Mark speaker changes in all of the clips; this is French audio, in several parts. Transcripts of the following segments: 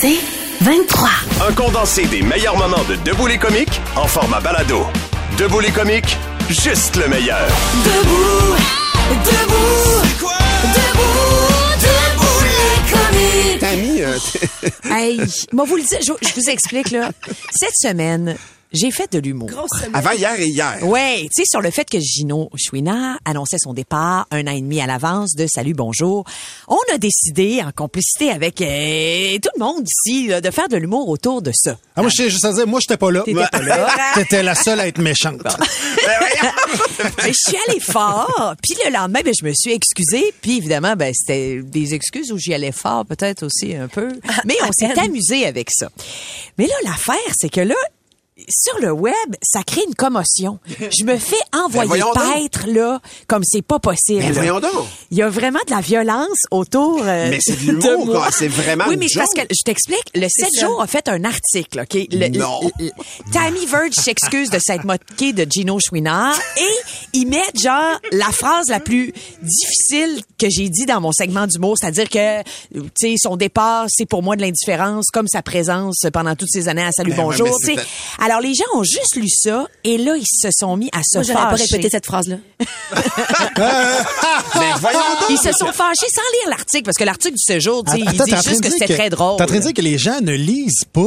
Speaker 1: C'est 23.
Speaker 2: Un condensé des meilleurs moments de Debout les comiques en format balado. Debout les comiques, juste le meilleur.
Speaker 1: Debout, debout,
Speaker 2: quoi?
Speaker 1: debout, debout les comiques.
Speaker 3: Tammy, euh,
Speaker 4: Hey, bon, vous le dire, je, je vous explique, là. Cette semaine, j'ai fait de l'humour.
Speaker 3: avant hier et hier.
Speaker 4: Ouais, tu sais, sur le fait que Gino Chouinard annonçait son départ un an et demi à l'avance de Salut, bonjour, on a décidé, en complicité avec euh, tout le monde ici, là, de faire de l'humour autour de ça.
Speaker 5: Ah, moi, je sais juste à dire, moi, j'étais pas là.
Speaker 4: T'étais pas là.
Speaker 5: T'étais la seule à être méchante.
Speaker 4: Mais je suis allée fort. Puis le lendemain, ben, je me suis excusée. Puis évidemment, ben, c'était des excuses où j'y allais fort, peut-être aussi un peu.
Speaker 3: Ah,
Speaker 4: Mais on s'est amusé avec ça. Mais là, l'affaire, c'est que là, sur le web, ça crée une commotion. Je me fais envoyer
Speaker 3: Ben, voyons donc.
Speaker 4: paître, là, comme c'est pas possible.
Speaker 3: Ben, voyons donc.
Speaker 4: Il y a vraiment de la violence autour euh,
Speaker 3: Mais c'est de l'humour,
Speaker 4: moi.
Speaker 3: quoi. C'est vraiment
Speaker 4: Oui,
Speaker 3: une
Speaker 4: mais
Speaker 3: joke.
Speaker 4: parce que je t'explique, le 7 jours a fait un article, OK? Le-
Speaker 3: Non.
Speaker 4: le- le- Tammy Verge s'excuse de s'être moquée de Gino Chouinard et ils mettent genre la phrase la plus difficile que j'ai dit dans mon segment d'humour, c'est-à-dire que tu sais son départ, c'est pour moi de l'indifférence comme sa présence pendant toutes ces années à Salut
Speaker 3: Ben ouais,
Speaker 4: bonjour,
Speaker 3: mais
Speaker 4: tu sais. Alors les gens ont juste lu ça et là ils se sont mis à se
Speaker 1: Moi, j'aurais pas
Speaker 4: fâcher.
Speaker 1: répété cette phrase-là.
Speaker 3: Mais Ben, voyons donc.
Speaker 4: Ils se sont fâchés sans lire l'article parce que l'article du séjour, tu sais, il
Speaker 5: Attends, t'es en
Speaker 4: dit
Speaker 5: train de
Speaker 4: juste que
Speaker 5: dire
Speaker 4: c'était très drôle.
Speaker 5: T'es en train de dire que les gens ne lisent pas?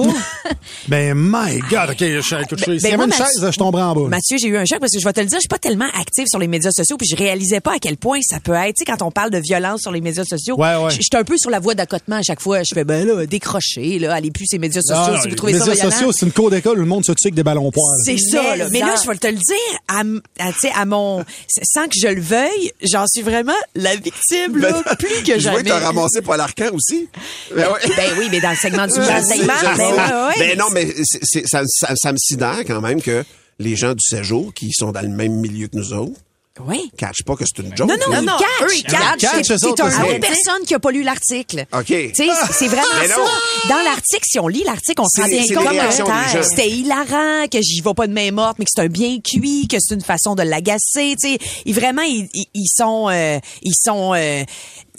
Speaker 5: ben, my God, OK, je, écoute, je,
Speaker 4: Ben,
Speaker 5: s'il y
Speaker 4: ben,
Speaker 5: avait une
Speaker 4: moi,
Speaker 5: chaise,
Speaker 4: Mathieu-
Speaker 5: je tomberais en bas.
Speaker 4: Mathieu, j'ai eu un choc parce que je vais te le dire, je suis pas tellement active sur les médias sociaux puis je réalisais pas à quel point ça peut être. Tu sais, quand on parle de violence sur les médias sociaux,
Speaker 5: Ouais, ouais.
Speaker 4: je je suis un peu sur la voie d'accotement à chaque fois. Je fais ben là, décrochez, là, allez plus ces médias sociaux
Speaker 5: Ah,
Speaker 4: si vous
Speaker 5: les
Speaker 4: trouvez ça
Speaker 5: médias
Speaker 4: violent.
Speaker 5: sociaux, c'est une cour d'école où le monde se tue avec des ballons poils.
Speaker 4: C'est ça, là. Mais là,
Speaker 1: ça.
Speaker 4: je vais te le dire, à, m- à, tu sais, à mon, sans que je le veuille, j'en suis vraiment la victime, là,
Speaker 5: Ben,
Speaker 4: plus que
Speaker 3: Je vois
Speaker 4: jamais.
Speaker 3: que t'as ramassé Paul Arcand aussi. Ben ouais.
Speaker 4: Ben oui, mais dans le segment du
Speaker 3: Je
Speaker 4: dans le
Speaker 3: sais,
Speaker 4: segment,
Speaker 3: je
Speaker 4: ben
Speaker 3: sais.
Speaker 4: ouais, ouais.
Speaker 3: Ben non, mais c'est- c'est- ça, ça, ça me sidère quand même que les gens du séjour qui sont dans le même milieu que nous autres
Speaker 4: Oui.
Speaker 3: cachent pas que c'est une joke.
Speaker 4: Non, non,
Speaker 3: là.
Speaker 4: ils
Speaker 1: non,
Speaker 4: catchent.
Speaker 1: eux, ils
Speaker 5: catchent. Ils catchent,
Speaker 4: C'est-
Speaker 5: eux
Speaker 4: C'est
Speaker 5: autres, Ah
Speaker 4: un
Speaker 5: c'est
Speaker 4: autre
Speaker 3: vrai.
Speaker 4: personne qui a pas lu l'article.
Speaker 3: OK.
Speaker 4: Tu sais,
Speaker 5: Ah!
Speaker 4: c'est vraiment
Speaker 3: Mais
Speaker 4: ça.
Speaker 3: non.
Speaker 4: Dans l'article, si on lit l'article, on se
Speaker 3: C'est-
Speaker 4: rend bien
Speaker 3: c'est
Speaker 4: compte
Speaker 3: les réactions des
Speaker 4: que
Speaker 3: gens.
Speaker 4: c'était hilarant, que j'y vais pas de main morte, mais que c'est un bien cuit, que c'est une façon de l'agacer. Tu sais, Ils- vraiment, ils, ils- ils sont, euh, ils sont. euh,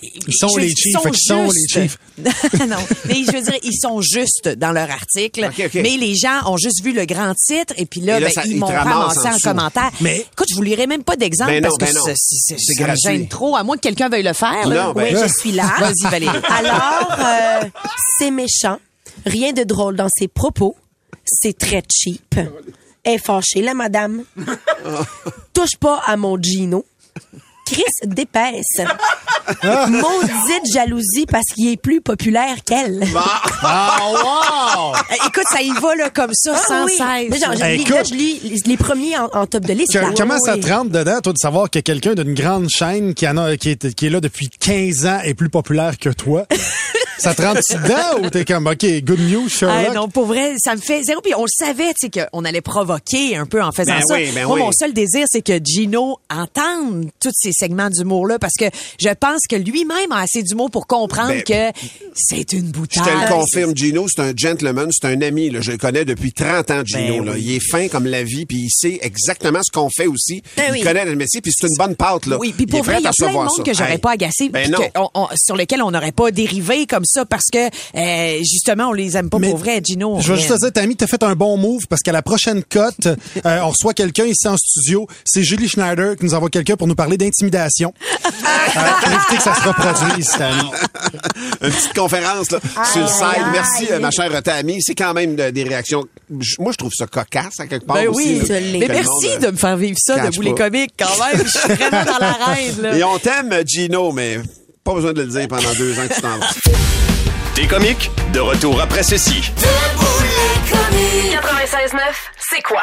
Speaker 5: Ils sont
Speaker 4: je veux
Speaker 5: les
Speaker 4: dire,
Speaker 5: chiefs, fait qu'ils sont les chiefs.
Speaker 4: justes. non, mais je veux dire, ils sont justes dans leur article.
Speaker 3: OK, OK.
Speaker 4: Mais les gens ont juste vu le grand titre et puis là,
Speaker 3: Et là,
Speaker 4: ben,
Speaker 3: ça-
Speaker 4: ils
Speaker 3: ils
Speaker 4: m'ont
Speaker 3: te ramassent
Speaker 4: ramassé
Speaker 3: en
Speaker 4: en,
Speaker 3: dessous.
Speaker 4: commentaire.
Speaker 5: Mais-
Speaker 4: écoute, je vous lirai même pas d'exemple
Speaker 3: Ben non,
Speaker 4: parce que
Speaker 3: ben non.
Speaker 4: c'est- c'est-
Speaker 3: C'est
Speaker 4: ça me
Speaker 3: gratuit.
Speaker 4: gêne trop, à moins que quelqu'un veuille le faire. là.
Speaker 3: Non, ben-
Speaker 4: oui, je suis là. Vas-y, Valérie.
Speaker 1: Alors, euh, c'est méchant. Rien de drôle dans ses propos. C'est très cheap. Elle est fâchée, la madame. Touche pas à mon Gino. Chris d'épaisse. Maudite jalousie parce qu'il est plus populaire qu'elle.
Speaker 5: Bah. Ah, wow!
Speaker 4: Euh, Écoute, ça y va là, comme ça, sans cesse.
Speaker 1: Ah Mais genre, je
Speaker 5: Hey,
Speaker 1: lis-
Speaker 5: écoute.
Speaker 1: là, je lis les- les premiers en, en top de liste.
Speaker 5: Que-
Speaker 1: là.
Speaker 5: comment ça
Speaker 1: Oui.
Speaker 5: te rentre dedans, toi, de savoir que quelqu'un d'une grande chaîne qui, en a, qui, est, qui est là depuis 15 ans est plus populaire que toi? ça te rentre dedans ou t'es comme, OK, good news, Sherlock?
Speaker 4: Ah, non, pour vrai, ça me fait zéro. Puis on le savait, tu sais, qu'on allait provoquer un peu en faisant
Speaker 3: Ben
Speaker 4: ça.
Speaker 3: oui, ben
Speaker 4: Moi,
Speaker 3: oui.
Speaker 4: mon seul désir, c'est que Gino entende tous ces segments d'humour-là parce que je pense que lui-même a assez d'humour pour comprendre
Speaker 3: Ben,
Speaker 4: que c'est une
Speaker 3: Je
Speaker 4: boutade.
Speaker 3: te le confirme, Gino, c'est un gentleman, c'est un ami. Là. Je le connais depuis 30 ans, Gino.
Speaker 4: Ben
Speaker 3: là.
Speaker 4: oui.
Speaker 3: Il est fin comme la vie, puis il sait exactement ce qu'on fait aussi.
Speaker 1: Ben
Speaker 3: il
Speaker 1: oui.
Speaker 3: connaît le métier, puis c'est une bonne pâte. Là.
Speaker 4: Oui, puis pour
Speaker 3: est
Speaker 4: vrai,
Speaker 3: prêt
Speaker 4: il y a
Speaker 3: à
Speaker 4: plein de
Speaker 3: recevoir
Speaker 4: monde
Speaker 3: ça.
Speaker 4: que j'aurais
Speaker 3: Hey.
Speaker 4: pas agacé,
Speaker 3: Ben
Speaker 4: puis
Speaker 3: non.
Speaker 4: que on- on- sur lesquels on n'aurait pas dérivé comme ça parce que euh, justement on les aime pas
Speaker 5: Mais
Speaker 4: pour vrai, Gino. on
Speaker 5: Je veux juste te
Speaker 4: l'aime.
Speaker 5: dire, Tammy, t'as fait un bon move parce qu'à la prochaine cote, euh, on reçoit quelqu'un ici en studio. C'est Julie Schneider qui nous envoie quelqu'un pour nous parler d'intimidation. Euh, pour éviter que ça se reproduise, Tammy.
Speaker 3: Ah, Une petite conférence là, sur le side. Merci, euh, ma chère Tammy. C'est quand même de- des réactions. J- Moi, je trouve ça cocasse à quelque part.
Speaker 4: Ben oui,
Speaker 3: aussi, là,
Speaker 1: je l'ai.
Speaker 3: que
Speaker 4: mais
Speaker 3: le
Speaker 4: merci
Speaker 3: monde, euh,
Speaker 4: de me faire vivre ça, de
Speaker 3: cache
Speaker 4: vous les
Speaker 3: pas.
Speaker 4: comiques quand même. Je suis vraiment dans la reine. Là.
Speaker 3: euh, Et on t'aime, Gino, mais pas besoin de le dire pendant deux ans que tu t'en vas.
Speaker 2: Des comiques, de retour après ceci.
Speaker 6: 96.9, c'est quoi?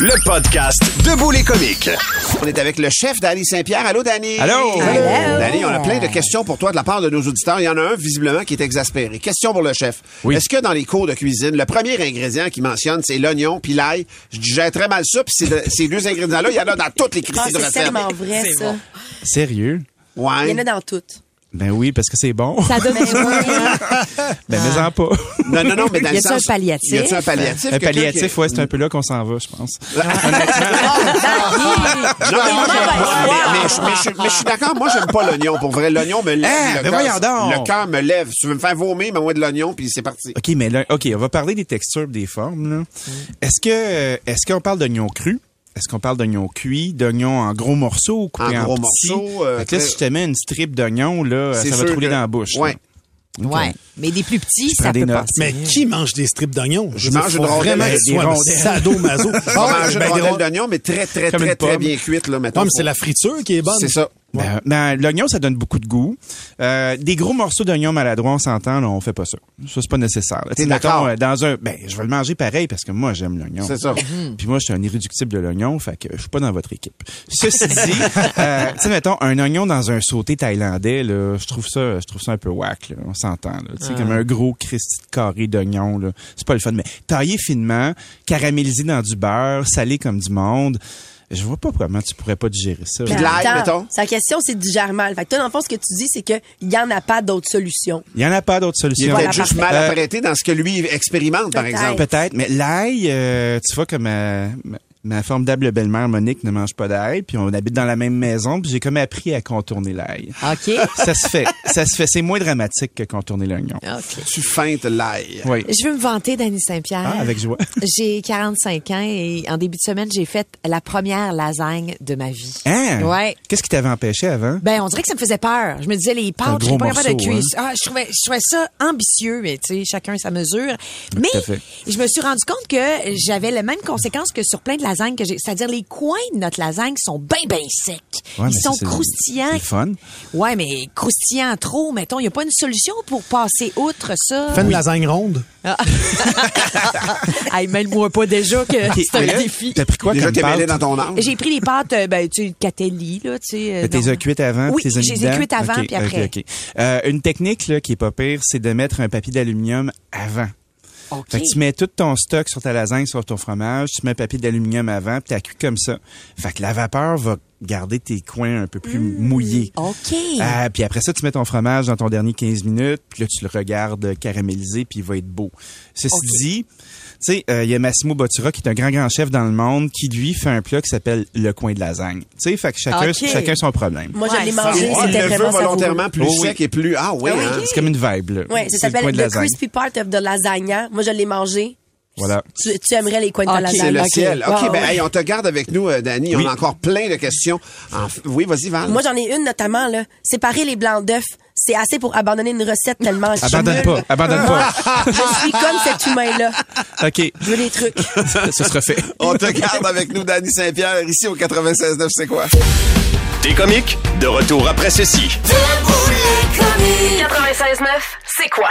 Speaker 2: Le podcast Debout les comiques.
Speaker 3: On est avec le chef Danny Saint-Pierre. Allô, Danny?
Speaker 7: Allô?
Speaker 4: Hello.
Speaker 3: Danny, on a plein de questions pour toi de la part de nos auditeurs. Il y en a un, visiblement, qui est exaspéré. Question pour le chef.
Speaker 7: Oui.
Speaker 3: Est-ce que dans les cours de cuisine, le premier ingrédient qu'il mentionne, c'est l'oignon puis l'ail? Je digère très mal ça, puis c'est de- ces deux ingrédients-là, il y en a dans toutes les
Speaker 1: Ah,
Speaker 3: critiques de
Speaker 1: c'est
Speaker 3: recettes.
Speaker 1: tellement vrai, ça.
Speaker 7: Sérieux?
Speaker 1: Il y en
Speaker 3: Ouais.
Speaker 1: a dans toutes.
Speaker 7: Ben oui, parce que c'est bon.
Speaker 4: Ça donne
Speaker 1: Mais oui, hein.
Speaker 7: Ben, mais en pas.
Speaker 3: Non, non, non, mais dans
Speaker 4: Ah. Y
Speaker 3: le
Speaker 4: a-t-il un
Speaker 3: sens...
Speaker 4: palliatif?
Speaker 3: Y a-t-il un palliatif?
Speaker 7: Un
Speaker 3: Quelqu'un qui- Ah.
Speaker 7: palliatif, ouais, c'est un peu là qu'on s'en va, je pense.
Speaker 4: Ah, ben,
Speaker 3: Non, mais moi,
Speaker 1: Mauvaise
Speaker 3: j'aime pas.
Speaker 1: foi.
Speaker 3: Mais- mais je- mais je- mais je suis d'accord. Moi, j'aime pas l'oignon. Pour vrai, l'oignon me lève.
Speaker 7: Hein,
Speaker 3: le
Speaker 7: ben
Speaker 3: cœur-
Speaker 7: voyons donc.
Speaker 3: Le cœur me lève. Si tu veux me faire vomir, mais moi de l'oignon, puis c'est parti.
Speaker 7: OK, mais là, OK, on va parler des textures, des formes,
Speaker 4: Mm.
Speaker 7: là. Est-ce que, est-ce qu'on parle d'oignon cru? Est-ce qu'on parle d'oignon cuit, d'oignon en gros morceaux ou coupé
Speaker 3: En
Speaker 7: en,
Speaker 3: gros
Speaker 7: petits?
Speaker 3: morceaux, euh,
Speaker 7: Fait que là,
Speaker 3: très-
Speaker 7: si je te mets une strip d'oignon, là, ça
Speaker 3: C'est
Speaker 7: va
Speaker 3: sûr
Speaker 7: te rouler
Speaker 3: que-
Speaker 7: dans la bouche. là.
Speaker 3: Ouais.
Speaker 4: Ouais. Mais des plus petits,
Speaker 7: prends
Speaker 4: ça
Speaker 7: des
Speaker 4: peut
Speaker 7: notes.
Speaker 4: passer.
Speaker 5: Mais qui mange des strips d'oignon? Je
Speaker 3: mange
Speaker 5: veux dire,
Speaker 3: une
Speaker 5: faut
Speaker 3: rondelle
Speaker 5: vraiment
Speaker 3: avec
Speaker 5: qu'ils
Speaker 7: des
Speaker 5: soient
Speaker 7: rondelles.
Speaker 5: sadomaso.
Speaker 7: Ah
Speaker 3: Je vais manger une
Speaker 5: Ben, des
Speaker 3: rondelle
Speaker 5: rondelles.
Speaker 3: d'oignon, mais très, très,
Speaker 7: Comme une
Speaker 3: très, très
Speaker 7: pomme.
Speaker 3: bien cuite, là, maintenant.
Speaker 5: Ouais, mais c'est la friture qui est bonne.
Speaker 3: C'est ça.
Speaker 7: Ben, ben, l'oignon, ça donne beaucoup de goût. Euh, des gros morceaux d'oignon maladroit, on s'entend, là, on fait pas ça. Ça, c'est pas nécessaire. là. Tu sais,
Speaker 3: d'accord?
Speaker 7: mettons, euh, dans un, ben, je vais le manger pareil parce que moi, j'aime l'oignon.
Speaker 3: C'est ça.
Speaker 7: Puis moi, je suis un irréductible de l'oignon, fait que je suis pas dans votre équipe. Ceci dit, euh, tu sais, mettons, un oignon dans un sauté thaïlandais, là, je trouve ça, je trouve ça un peu whack, là. on s'entend. là. Tu sais, comme un gros cristi de carré d'oignon, là. c'est pas le fun. Mais taillé finement, caramélisé dans du beurre, salé comme du monde, je vois pas comment tu pourrais pas digérer ça.
Speaker 3: Puis
Speaker 7: là.
Speaker 3: de l'ail,
Speaker 1: Attends,
Speaker 3: mettons.
Speaker 1: Sa question, c'est du mal. Fait que toi, dans le fond, ce que tu dis, c'est qu'il n'y en a pas d'autre solution.
Speaker 7: Il y en a pas d'autre
Speaker 3: Il est
Speaker 7: solution.
Speaker 1: Voilà,
Speaker 3: peut-être juste
Speaker 7: parfait.
Speaker 3: mal
Speaker 7: Euh,
Speaker 3: apprêté dans ce que lui expérimente, par
Speaker 1: Peut-être.
Speaker 3: exemple.
Speaker 7: Peut-être, mais l'ail, euh, tu vois que ma, ma- ma formidable belle-mère Monique ne mange pas d'ail, puis on habite dans la même maison, puis j'ai comme appris à contourner l'ail.
Speaker 4: OK.
Speaker 7: Ça se fait, ça se fait, c'est moins dramatique que contourner l'oignon.
Speaker 4: OK.
Speaker 3: Tu feintes l'ail.
Speaker 7: Oui.
Speaker 4: Je veux me vanter, Dany Saint-Pierre.
Speaker 7: Ah, avec joie.
Speaker 4: J'ai 45 ans et en début de semaine, j'ai fait la première lasagne de ma vie.
Speaker 7: Hein?
Speaker 4: Ouais.
Speaker 7: Qu'est-ce qui t'avait empêché avant?
Speaker 4: Ben, on dirait que ça me faisait peur. Je me disais, les
Speaker 7: un
Speaker 4: pâtes, je
Speaker 7: gros
Speaker 4: suis pas capable de
Speaker 7: morceau, hein.
Speaker 4: cuire. Ah, je trouvais, je trouvais ça ambitieux, mais tu sais, chacun sa mesure.
Speaker 7: à
Speaker 4: Mais
Speaker 7: fait.
Speaker 4: je me suis rendu compte que j'avais les mêmes conséquences que sur plein de lasagnes que j'ai. C'est-à-dire, les coins de notre lasagne sont ben, ben secs.
Speaker 7: Ouais, mais
Speaker 4: Ils
Speaker 7: ça,
Speaker 4: sont
Speaker 7: c'est-
Speaker 4: croustillants.
Speaker 7: C'est fun.
Speaker 4: Ouais, mais croustillants trop, mettons. Il n'y a pas une solution pour passer outre ça.
Speaker 5: Fais une lasagne ronde.
Speaker 4: Aïe, mêle-moi pas déjà que Ah, c'est un
Speaker 7: Et là,
Speaker 4: défi.
Speaker 7: T'as pris quoi
Speaker 3: Déjà,
Speaker 7: comme
Speaker 3: t'es mêlé
Speaker 7: pâte?
Speaker 3: dans ton âme.
Speaker 4: J'ai pris les pâtes, euh, ben, tu sais, Catelli, là, tu sais. euh,
Speaker 7: T'es
Speaker 4: donc-
Speaker 7: les as cuites avant?
Speaker 4: Oui,
Speaker 7: puis t'es
Speaker 4: je les ai
Speaker 7: dedans?
Speaker 4: cuites avant,
Speaker 7: Ok,
Speaker 4: puis après.
Speaker 7: ok, ok. Euh, une technique là, qui est pas pire, c'est de mettre un papier d'aluminium avant.
Speaker 4: OK.
Speaker 7: Fait que tu mets tout ton stock sur ta lasagne, sur ton fromage, tu mets un papier d'aluminium avant, puis t'as cuit comme ça. Fait que la vapeur va garder tes coins un peu plus mouillés.
Speaker 4: OK.
Speaker 7: Ah, puis après ça, tu mets ton fromage dans ton dernier 15 minutes, puis là, tu le regardes caraméliser, puis il va être beau. Ceci dit, tu sais, euh, il y a Massimo Bottura, qui est un grand, grand chef dans le monde, qui, lui, fait un plat qui s'appelle le coin de lasagne. Tu sais, fait que chacun,
Speaker 4: Ok.
Speaker 7: chacun son problème.
Speaker 1: Moi,
Speaker 4: Ouais,
Speaker 1: je l'ai
Speaker 4: ça-
Speaker 1: mangé,
Speaker 3: Il
Speaker 1: c'était
Speaker 3: le veut
Speaker 1: vraiment
Speaker 3: volontairement plus
Speaker 7: Oh oui.
Speaker 3: sec et plus... Ah oui, hein?
Speaker 7: Euh, C'est comme une vibe, là.
Speaker 1: Oui, ça
Speaker 7: C'est le coin
Speaker 1: s'appelle
Speaker 7: de
Speaker 1: The
Speaker 7: lasagne.
Speaker 1: Crispy Part of the Lasagna. Moi, je l'ai mangé.
Speaker 7: Voilà.
Speaker 1: Tu, tu aimerais les coins de
Speaker 4: Ok,
Speaker 1: la
Speaker 3: C'est
Speaker 1: lasagne.
Speaker 3: le
Speaker 4: Ok.
Speaker 3: ciel. OK,
Speaker 1: Wow.
Speaker 3: ben, hey, on te garde avec nous, euh, Danny.
Speaker 7: Oui.
Speaker 3: On a encore plein de questions. En- Oui, vas-y, Val.
Speaker 1: Moi, j'en ai une notamment, là. Séparer les blancs d'œufs, c'est assez pour abandonner une recette tellement je suis
Speaker 7: Abandonne
Speaker 1: nulle.
Speaker 7: pas, abandonne pas.
Speaker 1: Je suis comme cet humain-là.
Speaker 7: OK,
Speaker 1: Je veux des trucs.
Speaker 7: ce sera fait.
Speaker 3: On te garde avec nous, Danny Saint-Pierre, ici au 96.9, c'est quoi?
Speaker 2: Des comiques, de retour après ceci.
Speaker 8: 96.9, c'est quoi?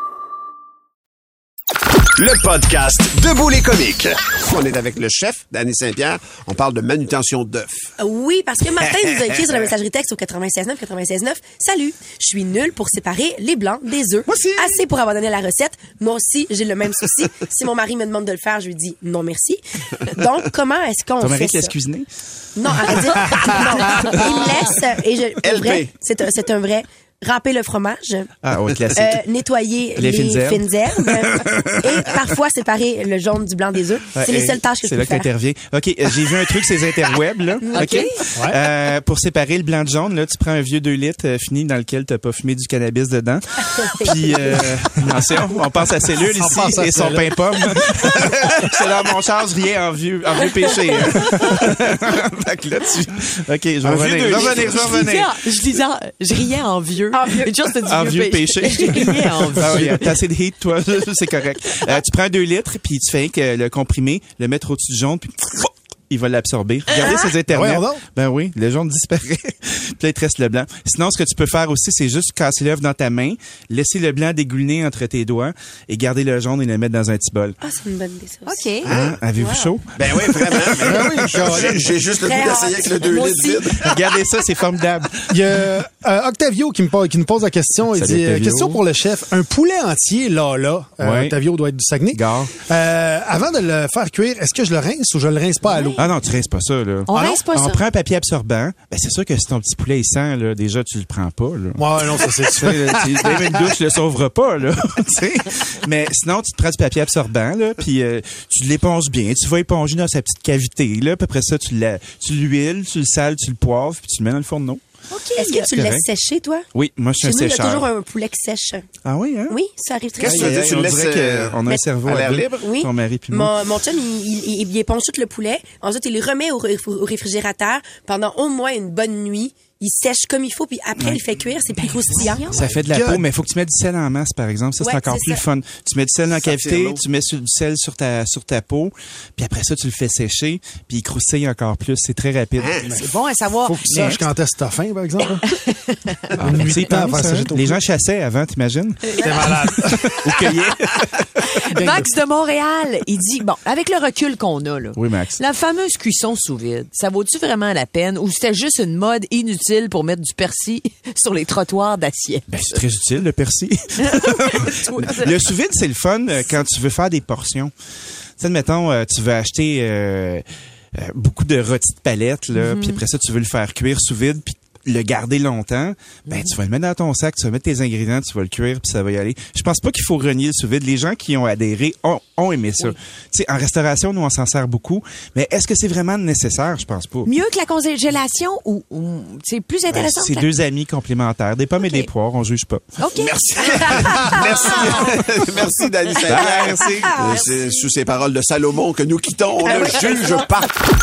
Speaker 2: Le podcast Debout les comiques.
Speaker 3: On est avec le chef, Danny Saint-Pierre. On parle de manutention d'œufs.
Speaker 1: Oui, parce que Martin nous a écrit sur la messagerie texte au 96.9, 96.9. Salut, je suis nulle pour séparer les blancs des œufs.
Speaker 3: Moi aussi.
Speaker 1: Assez pour abandonner la recette. Moi aussi, j'ai le même souci. si mon mari me demande de le faire, je lui dis non merci. Donc, comment est-ce qu'on
Speaker 7: Ton mari
Speaker 1: fait
Speaker 7: te laisse
Speaker 1: ça?
Speaker 7: cuisiner?
Speaker 1: Non, arrête de dire. Non. Il me laisse, et je, pour
Speaker 3: LP.
Speaker 1: vrai, c'est un, c'est un vrai, râper le fromage,
Speaker 7: Ah, ouais, classique.
Speaker 1: euh, nettoyer les,
Speaker 7: Les fines herbes.
Speaker 1: fines herbes, et parfois séparer le jaune du blanc des œufs. c'est
Speaker 7: Ouais,
Speaker 1: les
Speaker 7: et
Speaker 1: seules tâches que je
Speaker 7: C'est
Speaker 1: peux
Speaker 7: là que
Speaker 1: faire.
Speaker 7: t'interviens. OK, euh, j'ai vu un truc, ces interwebs, là. OK. Euh, pour séparer le blanc de jaune, là, tu prends un vieux 2 litres euh, fini dans lequel t'as pas fumé du cannabis dedans.
Speaker 1: Ah, ben.
Speaker 7: Puis, euh, non, c'est- on, on passe à cellule
Speaker 5: On
Speaker 7: ici
Speaker 5: pense à
Speaker 7: et son pain
Speaker 5: cellule.
Speaker 7: pomme. c'est dans mon charge, rien en vieux, en vieux péché. hein. fait que là, tu... OK, je vais
Speaker 3: Un vieux
Speaker 7: revenir.
Speaker 3: deux
Speaker 7: Je vais revenir, je vais
Speaker 4: Je
Speaker 7: revenir.
Speaker 4: disais, je disais, je riais en vieux. vieux. Une chose, c'est du
Speaker 7: En vieux péché. Ah oui,
Speaker 4: vieux.
Speaker 7: T'as assez de heat, toi, c'est correct. Euh, tu prends deux litres, puis tu fais que le comprimé, le mettre au-dessus du jaune, puis il va l'absorber. Regardez ces internets.
Speaker 5: Voyons donc.
Speaker 7: Ben oui, le jaune disparaît. puis là, il te reste le blanc. Sinon, ce que tu peux faire aussi, c'est juste casser l'œuf dans ta main, laisser le blanc dégouliner entre tes doigts et garder le jaune et le mettre dans un petit bol.
Speaker 1: Ah, c'est une bonne idée, ça aussi.
Speaker 4: OK.
Speaker 7: Hein? Avez-vous chaud?
Speaker 3: Ben oui,
Speaker 5: Ben oui,
Speaker 3: vraiment.
Speaker 5: Caroline.
Speaker 3: J'ai- J'ai juste le goût
Speaker 1: Très
Speaker 3: d'essayer avec le
Speaker 1: hâte.
Speaker 3: 2
Speaker 1: Moi
Speaker 3: litres vide.
Speaker 7: Ben, Regardez ça, c'est formidable.
Speaker 5: Il y a euh, Octavio qui, me, pose- qui nous pose la question. Il
Speaker 7: Salut,
Speaker 5: dit euh,
Speaker 7: Octavio.
Speaker 5: Question pour le chef. Un poulet entier, là, là. Euh,
Speaker 7: Ouais.
Speaker 5: Octavio doit être du Saguenay.
Speaker 7: Gare.
Speaker 5: Euh, avant de le faire cuire, est-ce que je le rince ou je le rince pas à l'eau?
Speaker 7: Ah non, tu rinces pas ça, là.
Speaker 4: On
Speaker 7: Ah non?
Speaker 4: rince pas
Speaker 7: On
Speaker 4: ça.
Speaker 7: prend un papier absorbant. Ben, c'est sûr que si ton petit poulet, il sent, là, déjà, tu le prends pas, là.
Speaker 5: Ouais, non, ça c'est
Speaker 7: Tu sais, là, tu- même une douche le sauvera pas, là. tu sais. Mais sinon, tu te prends du papier absorbant, là, puis euh, tu l'éponges bien. Tu vas éponger dans sa petite cavité, là. Puis après ça, tu la- tu l'huiles, tu le sales, tu le poivres, puis tu le mets dans le fourneau.
Speaker 1: Est-ce que tu le
Speaker 7: correct.
Speaker 1: laisses sécher, toi?
Speaker 7: Oui, moi, je suis
Speaker 1: Chez nous,
Speaker 7: un
Speaker 1: il y a
Speaker 7: sécheur.
Speaker 1: toujours un poulet qui sèche.
Speaker 7: Ah oui, hein?
Speaker 1: Oui, ça arrive très
Speaker 3: Qu'est-ce que
Speaker 1: souvent.
Speaker 3: tu veux dire? Tu
Speaker 7: on
Speaker 3: le laisses
Speaker 7: dirait
Speaker 3: euh,
Speaker 7: qu'on a un
Speaker 3: mettre
Speaker 7: cerveau
Speaker 3: à
Speaker 7: à,
Speaker 3: l'air
Speaker 7: deux,
Speaker 3: libre?
Speaker 1: Oui.
Speaker 7: ton mari puis moi.
Speaker 1: mon, mon chum, il, il, il, il éponge tout le poulet. Ensuite, il le remet au, ré- au réfrigérateur pendant au moins une bonne nuit. Il sèche comme il faut, puis après, il fait cuire. C'est plus croustillant.
Speaker 7: Ça fait de la
Speaker 5: God.
Speaker 7: peau, mais il faut que tu mettes du sel en masse, par exemple. Ça, c'est
Speaker 1: Ouais,
Speaker 7: encore
Speaker 1: c'est
Speaker 7: plus
Speaker 1: ça.
Speaker 7: fun. Tu mets du sel dans la
Speaker 3: Ça tire
Speaker 7: cavité,
Speaker 3: l'eau.
Speaker 7: tu mets sur- du sel sur ta, sur ta peau, puis après ça, tu le fais sécher, puis il croustille encore plus. C'est très rapide.
Speaker 4: C'est bon à savoir.
Speaker 5: Faut que tu saches
Speaker 7: Mais-
Speaker 5: quand est-ce que t'as faim, par exemple. hein.
Speaker 7: Ah, mais
Speaker 5: Huit
Speaker 7: c'est
Speaker 5: ans
Speaker 7: pas
Speaker 5: avant
Speaker 7: ça,
Speaker 5: ça,
Speaker 7: hein?
Speaker 5: j'étais au
Speaker 7: Les
Speaker 5: coup.
Speaker 7: gens chassaient avant, t'imagines?
Speaker 5: T'es malade.
Speaker 7: Ou cueillaient.
Speaker 4: Max de Montréal, il dit, bon, avec le recul qu'on a, là,
Speaker 7: Oui, Max.
Speaker 4: la fameuse cuisson sous vide, ça vaut-tu vraiment la peine ou c'était juste une mode inutile pour mettre du persil sur les trottoirs d'acier?
Speaker 7: Ben, c'est très utile, le persil. le sous-vide, c'est le fun euh, quand tu veux faire des portions. Tu sais, admettons, euh, tu veux acheter euh, euh, beaucoup de rôti de palette, là, puis après ça, tu veux le faire cuire sous vide, puis le garder longtemps, ben tu vas le mettre dans ton sac, tu vas mettre tes ingrédients, tu vas le cuire, puis ça va y aller. Je pense pas qu'il faut renier le sous-vide. Les gens qui ont adhéré ont, ont aimé ça. Tu sais, en restauration, nous, on s'en sert beaucoup, mais est-ce que c'est vraiment nécessaire? Je pense pas.
Speaker 4: Mieux que la congélation ou, ou, c'est plus
Speaker 7: Ben,
Speaker 4: intéressant?
Speaker 7: c'est
Speaker 4: que la-
Speaker 7: deux amis complémentaires, des pommes
Speaker 4: Ok.
Speaker 7: et des poires, on juge pas.
Speaker 4: OK.
Speaker 3: Merci. merci. merci, Dani Saint-Pierre. Euh, C'est sous ces paroles de Salomon que nous quittons. On ne juge pas.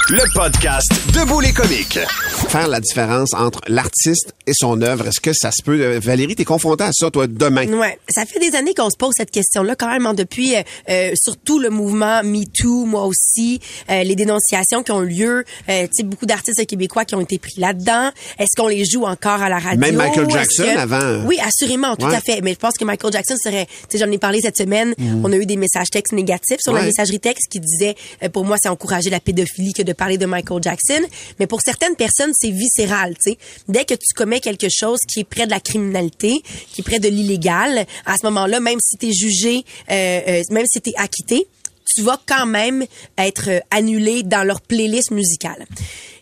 Speaker 2: Le podcast Debout les comiques.
Speaker 3: Faire la différence entre l'artiste et son œuvre, est-ce que ça se peut? Euh, Valérie, t'es confrontée à ça, toi, demain.
Speaker 1: Ouais, ça fait des années qu'on se pose cette question-là quand même, hein, depuis euh, euh, surtout le mouvement MeToo, moi aussi, euh, les dénonciations qui ont eu lieu, euh, tu sais, beaucoup d'artistes québécois qui ont été pris là-dedans. Est-ce qu'on les joue encore à la radio?
Speaker 3: Même Michael
Speaker 1: Est-ce
Speaker 3: Jackson avant.
Speaker 1: Oui, assurément, tout
Speaker 3: Ouais.
Speaker 1: à fait. Mais je pense que Michael Jackson serait, tu sais, j'en ai parlé cette semaine,
Speaker 3: Mm.
Speaker 1: on a eu des messages textes négatifs sur la
Speaker 3: Ouais.
Speaker 1: messagerie texte qui disaient, euh, pour moi, c'est encourager la pédophilie que de parler de Michael Jackson. Mais pour certaines personnes, c'est viscéral, tu sais. Dès que tu commets quelque chose qui est près de la criminalité, qui est près de l'illégal, à ce moment-là, même si t'es jugé, euh, euh, même si t'es acquitté, tu vas quand même être euh, annulé dans leur playlist musicale.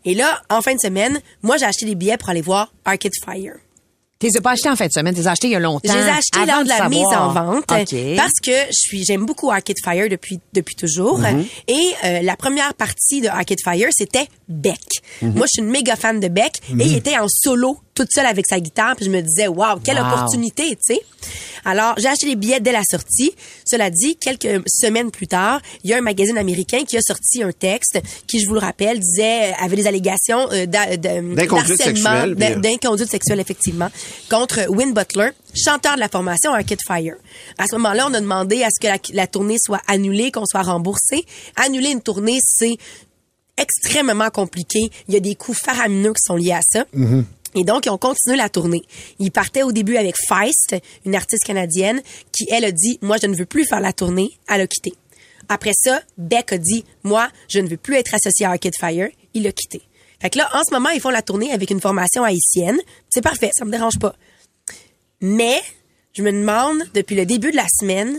Speaker 1: Et là, en fin de semaine, moi, j'ai acheté des billets pour aller voir Arcade Fire.
Speaker 4: T'es pas acheté en fin de semaine, t'es acheté il y a
Speaker 1: Je
Speaker 4: longtemps.
Speaker 1: les ai achetés
Speaker 4: avant
Speaker 1: lors de la
Speaker 4: savoir.
Speaker 1: mise en vente
Speaker 4: OK.
Speaker 1: euh, parce que je suis j'aime beaucoup Arcade Fire depuis depuis toujours
Speaker 4: Mhm.
Speaker 1: et euh, la première partie de Arcade Fire c'était Beck.
Speaker 4: Mhm.
Speaker 1: Moi je suis une méga fan de Beck et il était en solo toute seule avec sa guitare puis je me disais waouh quelle
Speaker 4: Wow.
Speaker 1: opportunité tu sais. Alors j'ai acheté les billets dès la sortie. Cela dit quelques semaines plus tard il y a un magazine américain qui a sorti un texte qui je vous le rappelle disait euh, avait des allégations euh, d'a- de-
Speaker 3: D'inconduite
Speaker 1: d'harcèlement,
Speaker 3: sexuelle,
Speaker 1: d'a-
Speaker 3: bien.
Speaker 1: d'inconduite sexuelle, effectivement, contre Win Butler, chanteur de la formation Arcade Fire. À ce moment-là, on a demandé à ce que la, la tournée soit annulée, qu'on soit remboursé. Annuler une tournée, c'est extrêmement compliqué. Il y a des coûts faramineux qui sont liés à ça. Et donc, ils ont continué la tournée. Ils partaient au début avec Feist, une artiste canadienne, qui, elle, a dit, moi, je ne veux plus faire la tournée. Elle a quitté. Après ça, Beck a dit, moi, je ne veux plus être associé à Arcade Fire. Il a quitté. Fait que là, en ce moment, ils font la tournée avec une formation haïtienne. C'est parfait, ça me dérange pas. Mais, je me demande, depuis le début de la semaine,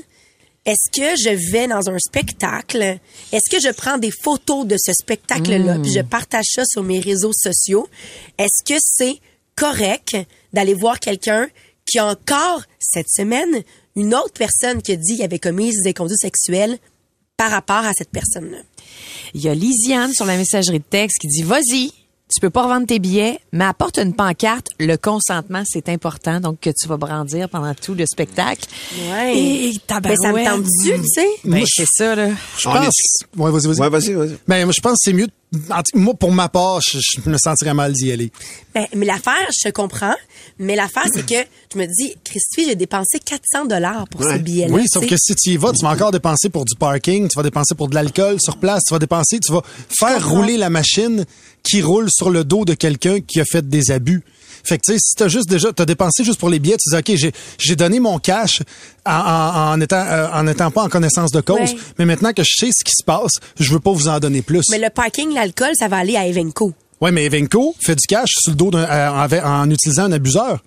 Speaker 1: est-ce que je vais dans un spectacle? Est-ce que je prends des photos de ce spectacle-là
Speaker 4: Hmm.
Speaker 1: puis je partage ça sur mes réseaux sociaux? Est-ce que c'est correct d'aller voir quelqu'un qui a encore cette semaine une autre personne qui a dit qu'il avait commis des conduites sexuelles par rapport à cette personne-là?
Speaker 4: Il y a Lisiane sur la messagerie de texte qui dit Vas-y, tu peux pas revendre tes billets, mais apporte une pancarte. Le consentement, c'est important, donc que tu vas brandir pendant tout le spectacle.
Speaker 1: Ouais.
Speaker 4: Et,
Speaker 1: Mais
Speaker 4: et
Speaker 1: ça me
Speaker 4: tabarouette.
Speaker 1: tente-tu, tu sais?
Speaker 4: Ben,
Speaker 5: Moi, je-
Speaker 4: c'est ça, là.
Speaker 7: Ah,
Speaker 5: Je pense. Ouais, vas-y, vas-y.
Speaker 3: Ouais, vas-y, vas-y.
Speaker 5: Ben, moi, je pense que c'est mieux de en tout- moi, pour ma part, je, je me sentirais mal d'y aller.
Speaker 1: Ben, mais l'affaire, je comprends. Mais l'affaire, c'est que je me dis, Christy, j'ai dépensé 400 dollars pour
Speaker 5: Ouais.
Speaker 1: ce billet-là.
Speaker 5: Oui, sauf
Speaker 1: tu sais.
Speaker 5: que si tu y vas, tu vas encore dépenser pour du parking, tu vas dépenser pour de l'alcool sur place, tu vas dépenser, tu vas faire rouler la machine qui roule sur le dos de quelqu'un qui a fait des abus. Fait que, tu sais, si t'as juste déjà, t'as dépensé juste pour les billets, tu dis, OK, j'ai, j'ai donné mon cash en, en, en étant, euh, en étant pas en connaissance de cause,
Speaker 1: Ouais.
Speaker 5: mais maintenant que je sais ce qui se passe, je veux pas vous en donner plus.
Speaker 1: Mais le parking, l'alcool, ça va aller à Evenco.
Speaker 5: Ouais, mais Evenco fait du cash sur le dos d'un, euh, en, avec- en utilisant un abuseur.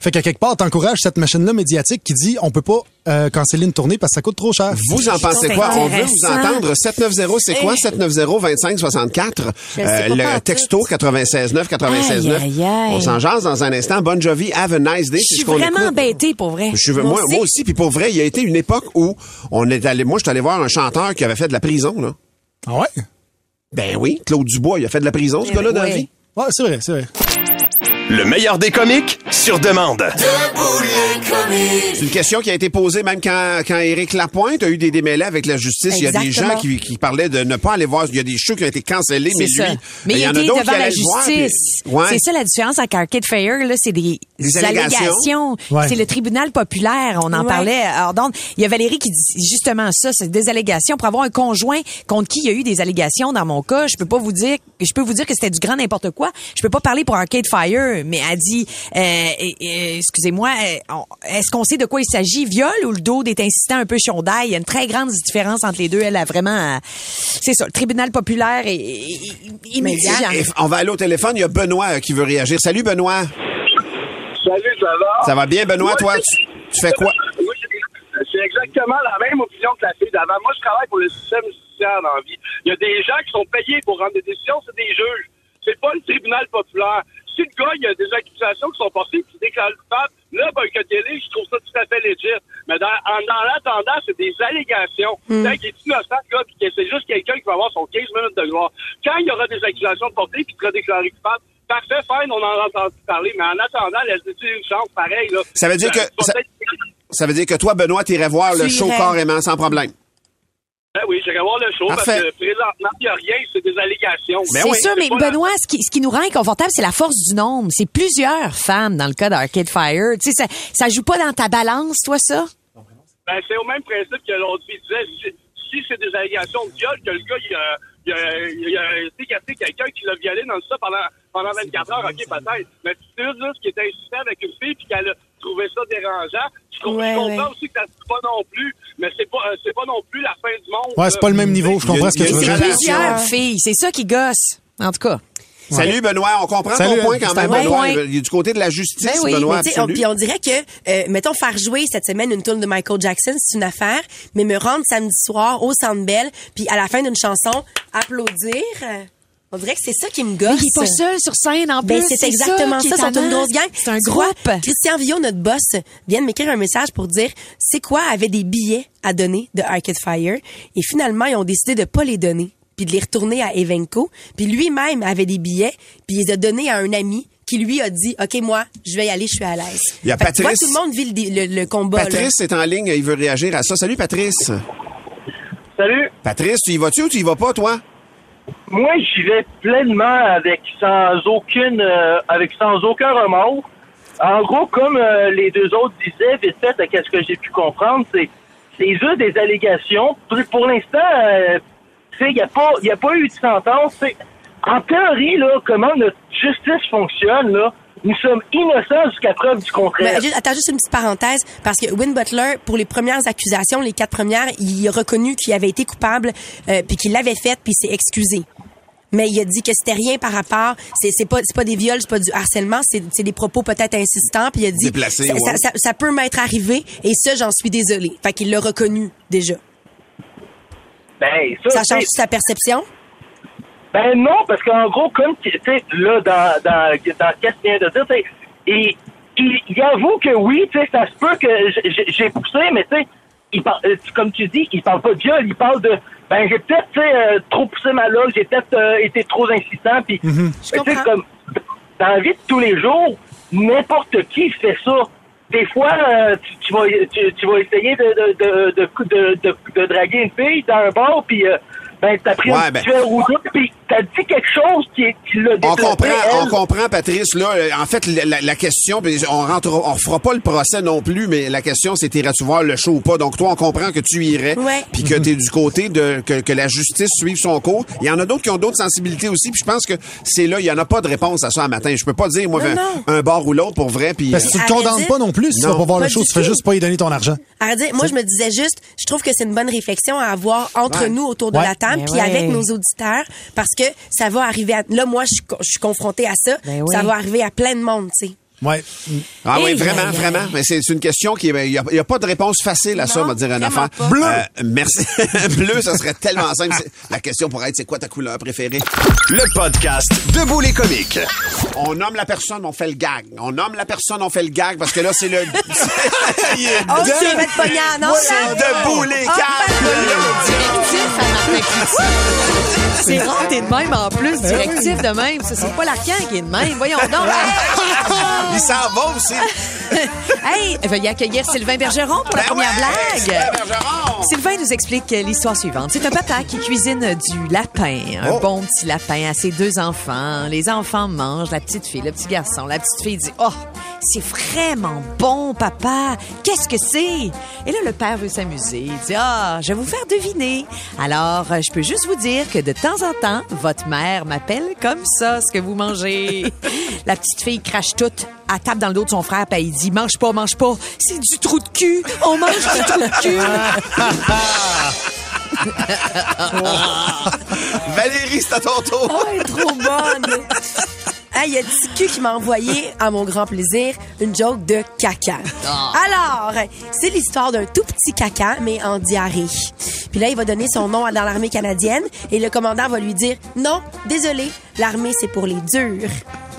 Speaker 5: Fait qu'à quelque part, t'encourages cette machine-là médiatique qui dit on peut pas euh, canceller une tournée parce que ça coûte trop cher.
Speaker 3: Vous en pensez quoi? On veut vous entendre. 790, c'est quoi?
Speaker 5: Hey.
Speaker 3: 790-2564.
Speaker 5: Je le sais pas
Speaker 3: Euh, le
Speaker 5: partout.
Speaker 3: texto 96.9,
Speaker 8: Aïe,
Speaker 3: 96.9.
Speaker 8: aïe, aïe.
Speaker 3: On s'en jase dans un instant. Bonne Jovi, have a nice day.
Speaker 8: Je suis vraiment embêtée, pour vrai.
Speaker 3: Je suis- moi, moi aussi, puis pour vrai, il y a été une époque où on est allé, moi, je suis allé voir un chanteur qui avait fait de la prison, là.
Speaker 5: Ah ouais?
Speaker 3: Ben oui, Claude Dubois, il a fait de la prison, ce
Speaker 4: Ben
Speaker 3: gars-là, dans la vie.
Speaker 5: Ouais, c'est vrai, c'est vrai.
Speaker 2: Le meilleur des comiques sur demande.
Speaker 3: C'est une question qui a été posée même quand, quand Éric Lapointe a eu des démêlés avec la justice. Il y a des
Speaker 4: Exactement.
Speaker 3: gens qui, qui parlaient de ne pas aller voir. Il y a des shows qui ont été cancellés, mais
Speaker 4: C'est
Speaker 3: lui,
Speaker 4: ça. Mais
Speaker 3: ben,
Speaker 4: il
Speaker 3: y en a
Speaker 4: était
Speaker 3: d'autres qui
Speaker 4: devant la
Speaker 3: allaient le voir,
Speaker 4: justice.
Speaker 3: puis- ouais.
Speaker 4: C'est ça la différence avec Arcade Fire, là, c'est des,
Speaker 3: Des
Speaker 4: allégations.
Speaker 3: allégations.
Speaker 5: Ouais.
Speaker 4: C'est le tribunal populaire. On en
Speaker 5: Ouais.
Speaker 4: parlait à Ordonne. Il y a Valérie qui dit justement ça, c'est des allégations pour avoir un conjoint contre qui il y a eu des allégations. Dans mon cas, je peux pas vous dire, je peux vous dire que c'était du grand n'importe quoi. Je peux pas parler pour Arcade Fire, mais elle dit, euh, et- et- excusez-moi, euh, on- est-ce qu'on sait de quoi il s'agit? Viol ou le dos est insistant un peu chondail? Il y a une très grande différence entre les deux. Elle a vraiment, euh, c'est ça, le tribunal populaire est, est- est- est mitigant.
Speaker 3: Et f- on va aller au téléphone. Il y a Benoît euh, qui veut réagir. Salut, Benoît.
Speaker 9: Salut, ça va?
Speaker 3: Ça va bien, Benoît?
Speaker 9: Moi,
Speaker 3: Toi,
Speaker 9: c'est-
Speaker 3: tu, tu fais quoi?
Speaker 9: Moi, j'ai- j'ai exactement la même opinion que la fille d'avant. Moi, je travaille pour le système judiciaire dans la vie. Il y a des gens qui sont payés pour rendre des décisions, c'est des juges. C'est pas le tribunal populaire. Si le gars, il y a des accusations qui sont portées qui déclarent le coupable, là, ben, que télé, je trouve ça tout à fait légitime. Mais dans, en, dans l'attendant, c'est des allégations.
Speaker 3: Hmm.
Speaker 10: Mm.
Speaker 9: Tant qu'il est innocent, le gars, puis que c'est juste quelqu'un qui va avoir son 15 minutes de gloire. Quand il y aura des accusations portées puis qu'il sera déclaré coupable, parfait, fine, on en a entendu parler. Mais en attendant, laisse-lui une chance pareil, là.
Speaker 3: Ça veut dire que-
Speaker 9: Ben,
Speaker 3: ça-
Speaker 9: peut-être-
Speaker 3: Ça veut dire que toi, Benoît, t'irais voir le
Speaker 9: Tu
Speaker 3: show
Speaker 9: irais.
Speaker 3: carrément sans problème.
Speaker 9: Ben oui, j'irai voir le show
Speaker 3: Parfait.
Speaker 9: parce que présentement, il n'y a rien, c'est des allégations.
Speaker 11: Ben
Speaker 9: Ben
Speaker 4: c'est sûr, mais Benoît, ce qui, ce qui nous rend inconfortable, c'est la force du nombre. C'est plusieurs femmes dans le cas d'Arcade Fire. Tu sais, ça, ça joue pas dans ta balance, toi, ça?
Speaker 9: Ben, c'est au même principe que l'autre fille disait. Si, si c'est des allégations de viol, que le gars, il a, il a, il a sécatré quelqu'un qui l'a violé dans ça pendant, pendant 24 heures, ok, peut-être. Mais tu sais, juste qu'il était insistant avec une fille puis qu'elle a trouvé ça dérangeant. Je com-
Speaker 10: Ouais,
Speaker 9: je comprends
Speaker 10: ouais.
Speaker 9: aussi que ça se dit pas non plus, mais c'est pas, euh, c'est pas non plus la fin du monde.
Speaker 5: Ouais, c'est pas le même niveau, je comprends ce que
Speaker 3: il y a
Speaker 5: tu veux
Speaker 3: une
Speaker 1: Ah,
Speaker 5: dire.
Speaker 4: Plusieurs filles. C'est ça qui gosse. En tout cas.
Speaker 3: Salut, Benoît. On comprend
Speaker 5: Salut,
Speaker 3: ton point quand
Speaker 5: c'est un
Speaker 3: même,
Speaker 5: bon
Speaker 3: Benoît.
Speaker 5: point.
Speaker 3: Il est du côté de la justice,
Speaker 1: Ben oui,
Speaker 3: Benoît.
Speaker 1: mais tu sais, on,
Speaker 3: absolu.
Speaker 1: puis on dirait que, euh, mettons, faire jouer cette semaine une tune de Michael Jackson, c'est une affaire, mais me rendre samedi soir au Centre Bell, puis à la fin d'une chanson, applaudir, euh, on dirait que c'est ça qui me gosse.
Speaker 4: Mais il est pas seul sur scène, en
Speaker 1: Ben,
Speaker 4: plus,
Speaker 1: c'est
Speaker 4: c'est
Speaker 1: exactement
Speaker 4: ça qui
Speaker 1: ça,
Speaker 4: est
Speaker 1: sont une
Speaker 4: tannant.
Speaker 1: grosse gang.
Speaker 4: C'est un
Speaker 1: Tu vois,
Speaker 4: groupe.
Speaker 1: Christian Villot, notre boss, vient de m'écrire un message pour dire c'est quoi avait des billets à donner de Arcade Fire et finalement ils ont décidé de pas les donner puis de les retourner à Evenco puis lui-même avait des billets puis il les a donnés à un ami qui lui a dit ok moi je vais y aller je suis à l'aise.
Speaker 3: Il y a
Speaker 1: Fait que tu vois,
Speaker 3: Patrice-
Speaker 1: tout le monde vit le, dé- le- le combat. là.
Speaker 3: Patrice est en ligne. Il veut réagir à ça. Salut, Patrice.
Speaker 11: Salut.
Speaker 3: Patrice, tu y vas-tu ou tu y vas pas, toi?
Speaker 11: Moi, j'y vais pleinement avec sans aucune, euh, avec sans aucun remords. En gros, comme euh, les deux autres disaient, vite fait, à qu'est-ce que j'ai pu comprendre, c'est c'est juste des allégations. Pour, pour l'instant, euh, tu sais, il n'y a pas, il y a pas eu de sentence. tu sais. En théorie, là, comment notre justice fonctionne, là, nous sommes innocents jusqu'à preuve du contraire.
Speaker 1: Mais Ben, juste- attends juste une petite parenthèse parce que Win Butler pour les premières accusations, les quatre premières, il a reconnu qu'il avait été coupable euh, puis qu'il l'avait fait puis il s'est excusé. Mais il a dit que c'était rien par rapport, c'est c'est pas c'est pas des viols, c'est pas du harcèlement, c'est c'est des propos peut-être insistants puis il a dit
Speaker 3: Déplacé,
Speaker 1: ça,
Speaker 3: ouais.
Speaker 1: ça- ça- ça peut m'être arrivé et ça j'en suis désolé. Fait qu'il l'a reconnu déjà.
Speaker 11: Ben,
Speaker 1: Ça
Speaker 11: c'est-
Speaker 1: change sa perception
Speaker 11: Ben non, parce qu'en gros, comme tu sais, là, dans, dans, dans ce qu'elle vient de dire, tu sais, il, il, il avoue que oui, tu sais, ça se peut que j- j- j'ai poussé, mais tu sais, il parle, euh, tu- comme tu dis, il parle pas de viol, il parle de, ben j'ai peut-être, tu sais, euh, trop poussé ma loge, j'ai peut-être euh, été trop insistant, puis, tu sais, comme, dans la vie de tous les jours, n'importe qui fait ça. Des fois, euh, tu, tu vas, tu, tu vas essayer de, de, de, de, de, de- de draguer une fille dans un bar, puis euh, ben, t'as pris
Speaker 3: Ouais,
Speaker 11: un
Speaker 3: ben.
Speaker 11: petit verre ou deux, puis t'as dit quelque chose qui, qui l'a
Speaker 3: On
Speaker 11: déplacé.
Speaker 3: comprend,
Speaker 11: elle.
Speaker 3: on comprend, Patrice. Là, euh, en fait, la, la- la question, puis on rentre, on refera pas le procès non plus, mais la question, c'est irais-tu voir le show ou pas. Donc, toi, on comprend que tu irais,
Speaker 8: Ouais.
Speaker 3: puis que tu es du côté de que, que la justice suive son cours. Il y en a d'autres qui ont d'autres sensibilités aussi, puis je pense que c'est là, il y en a pas de réponse à ça à matin. Je peux pas dire, moi,
Speaker 1: Non, Ben,
Speaker 3: un, un bord ou l'autre pour vrai. Puis euh,
Speaker 5: Parce que tu te condamnes pas non plus si tu vas pas voir le show. Tu fais juste pas y donner ton argent.
Speaker 1: À dire, moi, je me disais juste, je trouve que c'est une bonne réflexion à avoir entre
Speaker 5: Ouais.
Speaker 1: nous autour de
Speaker 5: Ouais.
Speaker 1: la table,
Speaker 4: Ben
Speaker 5: Mais
Speaker 1: puis
Speaker 5: ouais.
Speaker 1: avec nos auditeurs, parce que ça va arriver à... Là, moi, je suis co- je suis confrontée à ça.
Speaker 3: Ben
Speaker 1: Ça
Speaker 3: oui.
Speaker 1: va arriver à plein de monde, tu sais.
Speaker 5: Ouais.
Speaker 3: Ah oui,
Speaker 1: Hey,
Speaker 3: vraiment,
Speaker 1: aïe,
Speaker 3: vraiment. Mais c'est c'est une question qui, est- il n'y a, il y a pas de réponse facile à ça, on va dire un enfant. Bleu. merci. Bleu, ça serait tellement simple. C'est- La question pourrait être, c'est quoi ta couleur préférée? Le podcast Debout les comiques. On nomme la personne, on fait le gag. On nomme la personne, on fait le gag parce que là, c'est le... Il est
Speaker 1: On se
Speaker 3: dedans.
Speaker 1: fait de pognard, non,
Speaker 3: C'est
Speaker 1: là?
Speaker 3: Debout les
Speaker 1: Ah,
Speaker 4: ben, C'est rare, t'es de même en plus,
Speaker 1: Ben
Speaker 4: directif de même. Ça, c'est pas l'arcan qui est de même. Voyons donc.
Speaker 3: Il s'en va aussi.
Speaker 4: hey, veuillez accueillir Sylvain Bergeron
Speaker 3: Ben
Speaker 4: pour la première blague. Sylvain nous explique l'histoire suivante. C'est un papa qui cuisine du lapin, un
Speaker 10: Oh.
Speaker 4: bon petit lapin à ses deux enfants. Les enfants mangent, la petite fille, le petit garçon. La petite fille dit Oh, c'est vraiment bon, papa. Qu'est-ce que c'est Et là, le père veut s'amuser. Il dit Ah, je vais vous faire deviner. Alors, euh, je peux juste vous dire que de temps en temps, votre mère m'appelle comme ça ce que vous mangez. la petite fille crache toute. Elle tape dans le dos de son frère, puis elle dit Mange pas, mange pas, c'est du trou de cul, on mange du trou de cul.
Speaker 3: Valérie, c'est à ton tour.
Speaker 1: Oh, elle est trop bonne. Ah, Il y a Ticu qui m'a envoyé, à mon grand plaisir, une joke de caca.
Speaker 10: Ah.
Speaker 1: Alors, c'est l'histoire d'un tout petit caca, mais en diarrhée. Puis là, il va donner son nom à- dans l'armée canadienne et le commandant va lui dire « Non, désolé, l'armée, c'est pour les durs.